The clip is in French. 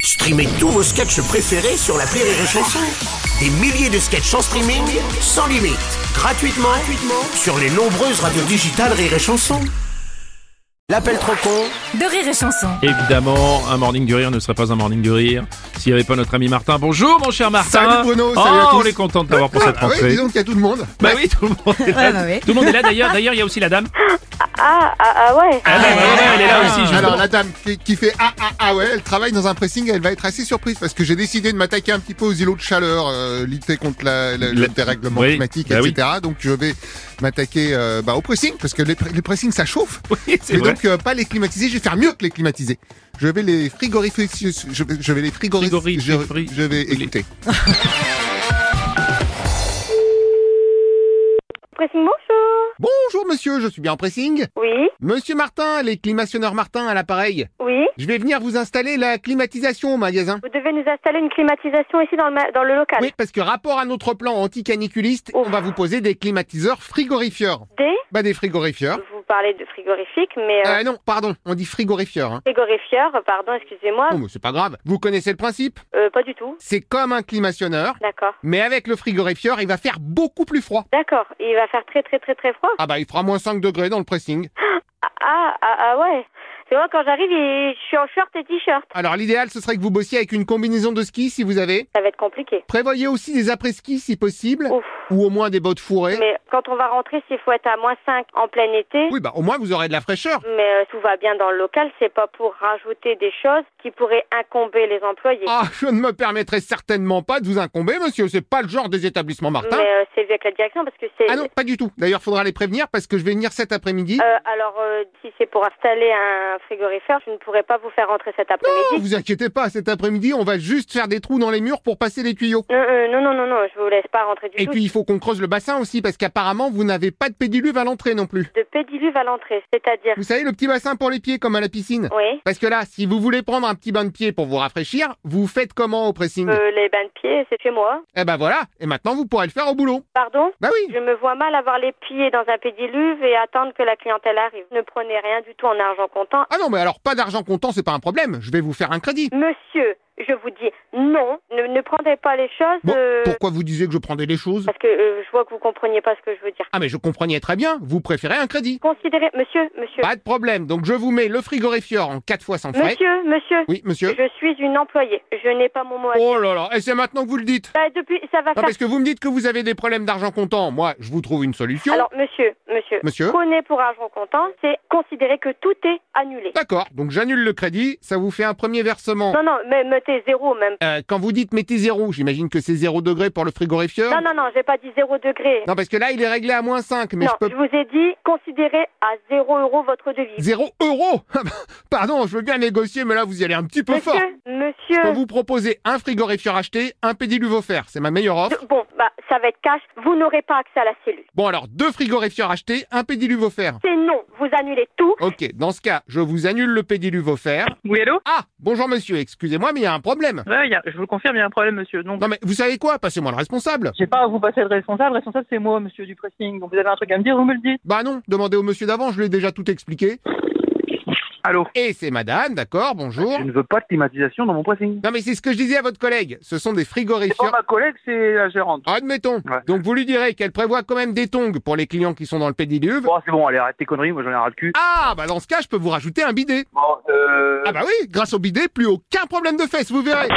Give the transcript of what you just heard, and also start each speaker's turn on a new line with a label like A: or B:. A: Streamez tous vos sketchs préférés sur la Rire et Chanson. Des milliers de sketchs en streaming, sans limite, gratuitement, gratuitement sur les nombreuses radios digitales Rire et Chanson. L'appel trop con
B: de rire et chanson.
C: Évidemment, un morning du rire ne serait pas un morning du rire s'il n'y avait pas notre ami Martin. Bonjour mon cher Martin.
D: Salut Bruno, salut
C: Oh,
D: à tous.
C: On est content de t'avoir pour cette
D: Ah oui,
C: rentrée.
D: dis donc, il y a tout le monde.
C: bah oui, tout le monde est là.
B: Ouais, bah oui.
C: Tout le monde est là d'ailleurs. D'ailleurs, il y a aussi la dame.
E: Ah, ah, ah ouais.
C: Ah, bah, ouais, ouais, elle est là aussi. justement.
D: Alors la dame qui, qui fait ah ah ah ouais, elle travaille dans un pressing, elle va être assez surprise parce que j'ai décidé de m'attaquer un petit peu aux îlots de chaleur, euh, lutter contre la- la-
C: Le-
D: le dérèglement
C: oui,
D: climatique,
C: bah oui.
D: etc. Donc je vais m'attaquer euh, bah, au pressing parce que les, pr- les pressings ça chauffe.
C: Oui, c'est
D: Mais
C: vrai.
D: donc euh, pas les climatiser, je vais faire mieux que les climatiser. Je vais les frigorifier, je, vais- je vais les frigorifier,
C: Frigori-
D: je,
C: fri-
D: je vais
C: les-
D: écouter.
E: Pressing, bonjour.
D: Bonjour monsieur, je suis bien en pressing.
E: Oui,
D: Monsieur Martin, les climationneurs Martin à l'appareil.
E: oui.
D: Je vais venir vous installer la climatisation au magasin.
E: Vous devez nous installer une climatisation ici dans le, ma- dans le local.
D: Oui, parce que rapport à notre plan anti-caniculiste,
E: Oh.
D: on va vous poser des climatiseurs frigorifieurs.
E: Des,
D: Bah des frigorifieurs.
E: vous parlez de frigorifique, mais euh,
D: Euh, non, pardon, on dit frigorifieur. Hein.
E: frigorifieur, euh, pardon, excusez-moi,
D: Bon, mais c'est pas grave. Vous connaissez le principe
E: euh, pas du tout.
D: C'est comme un climationneur,
E: D'accord.
D: mais avec le frigorifieur, il va faire beaucoup plus froid.
E: D'accord, il va faire très très très très froid.
D: Ah bah, il fera moins 5 degrés dans le pressing.
E: Ah, ah, ah, ah, ouais. C'est moi quand j'arrive, il- je suis en short et t-shirt.
D: Alors l'idéal, ce serait que vous bossiez avec une combinaison de ski si vous avez.
E: Ça va être compliqué.
D: Prévoyez aussi des après-ski si possible,
E: Ouf.
D: ou au moins des bottes fourrées.
E: Oh. Mais quand on va rentrer, s'il faut être à moins 5 en plein été,
D: Oui, bah au moins vous aurez de la fraîcheur.
E: mais euh, tout va bien dans le local, c'est pas pour rajouter des choses qui pourraient incomber les employés.
D: Ah, je ne me permettrai certainement pas de vous incomber, monsieur. C'est pas le genre des établissements Martin.
E: mais euh, c'est vu avec la direction parce que c'est...
D: Ah non, pas du tout. D'ailleurs, faudra les prévenir parce que je vais venir cet après-midi.
E: Euh, alors, euh, si c'est pour installer un frigorifère, je ne pourrais pas vous faire rentrer cet
D: Ne
E: après-midi.
D: vous inquiétez pas, cet après-midi, on va juste faire des trous dans les murs pour passer les tuyaux.
E: Non, euh, non, non, non, non, je vous laisse pas rentrer du
D: Et
E: tout.
D: puis, il faut qu'on creuse le bassin aussi parce qu'apparemment, vous n'avez pas de pédiluve à l'entrée non plus.
E: De pédiluve à l'entrée, c'est-à-dire...
D: Vous savez, le petit bassin pour les pieds comme à la piscine.
E: Oui,
D: Parce que là, si vous voulez prendre un petit bain de pied pour vous rafraîchir, vous faites comment au pressing
E: euh, les bains de pieds, c'est chez moi.
D: Eh ben voilà, et maintenant vous pourrez le faire au boulot.
E: Pardon
D: Bah oui
E: je me vois mal avoir les pieds dans un pédiluve et attendre que la clientèle arrive. Ne prenez rien du tout en argent comptant.
D: Ah non, mais alors pas d'argent comptant, c'est pas un problème. Je vais vous faire un crédit.
E: Monsieur, je vous dis non, ne, ne prenez pas les choses...
D: Bon,
E: euh,
D: pourquoi vous disiez que je prenais des choses
E: Parce que euh, je vois que vous compreniez pas ce que je veux dire.
D: Ah mais je comprenais très bien, vous préférez un crédit.
E: Considérez... Monsieur, monsieur,
D: Pas de problème. Donc je vous mets le frigorifieur en 4 fois sans frais.
E: monsieur, monsieur,
D: Oui, monsieur.
E: je suis une employée. Je n'ai pas mon mot à dire.
D: Oh là là, et c'est maintenant que vous le dites.
E: Bah, depuis, ça va
D: Non,
E: faire.
D: parce que vous me dites que vous avez des problèmes d'argent comptant. Moi, je vous trouve une solution.
E: Alors, monsieur, monsieur,
D: Monsieur
E: prenez pour argent comptant, c'est considérer que tout est annulé.
D: D'accord, donc j'annule le crédit, ça vous fait un premier versement.
E: Non, non, mais mettez zéro même.
D: Euh, quand vous dites mettez zéro, j'imagine que c'est zéro degré pour le frigorifieur.
E: Non, non, non, j'ai pas dit zéro degré.
D: Non, parce que là, il est réglé à moins 5, mais
E: Non,
D: je peux...
E: vous ai dit considérez à zéro euro votre devise.
D: Zéro euro Pardon, je veux bien négocier, mais là, vous y allez un petit peu fort.
E: Monsieur,
D: Je peux
E: monsieur.
D: vous proposer un frigorifieur acheté, un pédiluve offert. C'est ma meilleure offre.
E: de- Bon, bah, ça va être cash. Vous n'aurez pas accès à la cellule.
D: Bon, alors, deux frigorifieurs achetés, un pédiluve offert.
E: C'est non. Vous annulez tout.
D: Ok, dans ce cas, je vous annule le pédiluve offert.
F: Oui, allô
D: Ah, bonjour monsieur, excusez-moi, mais il y a un problème.
F: Ouais, il y a- Je vous le confirme, il y a un problème, monsieur. Donc,
D: Non mais vous savez quoi Passez-moi le responsable.
F: j'ai pas à vous passer le responsable. Le responsable, c'est moi, monsieur du pressing. Donc, vous avez un truc à me dire, vous me le dites.
D: Bah non, demandez au monsieur d'avant, je lui ai déjà tout expliqué.
F: Allô
D: Et c'est madame, d'accord, bonjour.
G: Je ne veux pas de climatisation dans mon pressing.
D: Non mais c'est ce que je disais à votre collègue, ce sont des
G: C'est pas
D: frigorifieurs.
G: ma collègue, c'est la gérante.
D: Admettons.
G: Ouais.
D: Donc vous lui direz qu'elle prévoit quand même des tongs pour les clients qui sont dans le pédiluve.
G: Bon, Oh, c'est bon, allez, arrête tes conneries, moi j'en ai ras le cul.
D: Ah bah dans ce cas, je peux vous rajouter un bidet.
G: Bon, euh...
D: Ah bah oui, grâce au bidet, plus aucun problème de fesses, vous verrez.